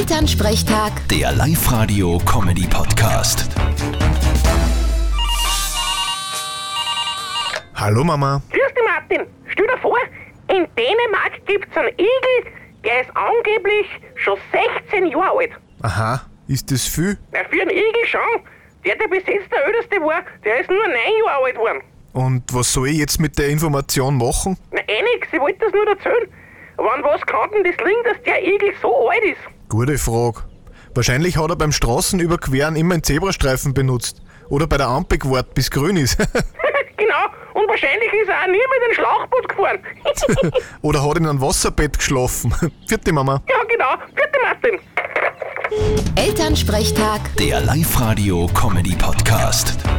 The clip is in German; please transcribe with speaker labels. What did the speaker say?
Speaker 1: Elternsprechtag,
Speaker 2: Der Live-Radio-Comedy-Podcast.
Speaker 3: Hallo Mama.
Speaker 4: Grüß dich, Martin. Stell dir vor, in Dänemark gibt's einen Igel, der ist angeblich schon 16 Jahre alt.
Speaker 3: Aha, ist das viel?
Speaker 4: Na, für einen Igel schon. Der, der bis jetzt der Älteste war, der ist nur 9 Jahre alt geworden.
Speaker 3: Und was soll ich jetzt mit der Information machen?
Speaker 4: Na, eh nix, ich wollte das nur erzählen. Wann was kann denn das liegen, dass der Igel so alt ist?
Speaker 3: Gute Frage. Wahrscheinlich hat er beim Straßenüberqueren immer einen Zebrastreifen benutzt. Oder bei der Ampel gewartet, bis grün ist.
Speaker 4: genau, und wahrscheinlich ist er auch nie mit dem Schlauchboot gefahren.
Speaker 3: Oder hat in einem Wasserbett geschlafen. Vierte Mama.
Speaker 4: ja, genau. Vierte Martin.
Speaker 1: Elternsprechtag.
Speaker 2: Der Live-Radio-Comedy-Podcast.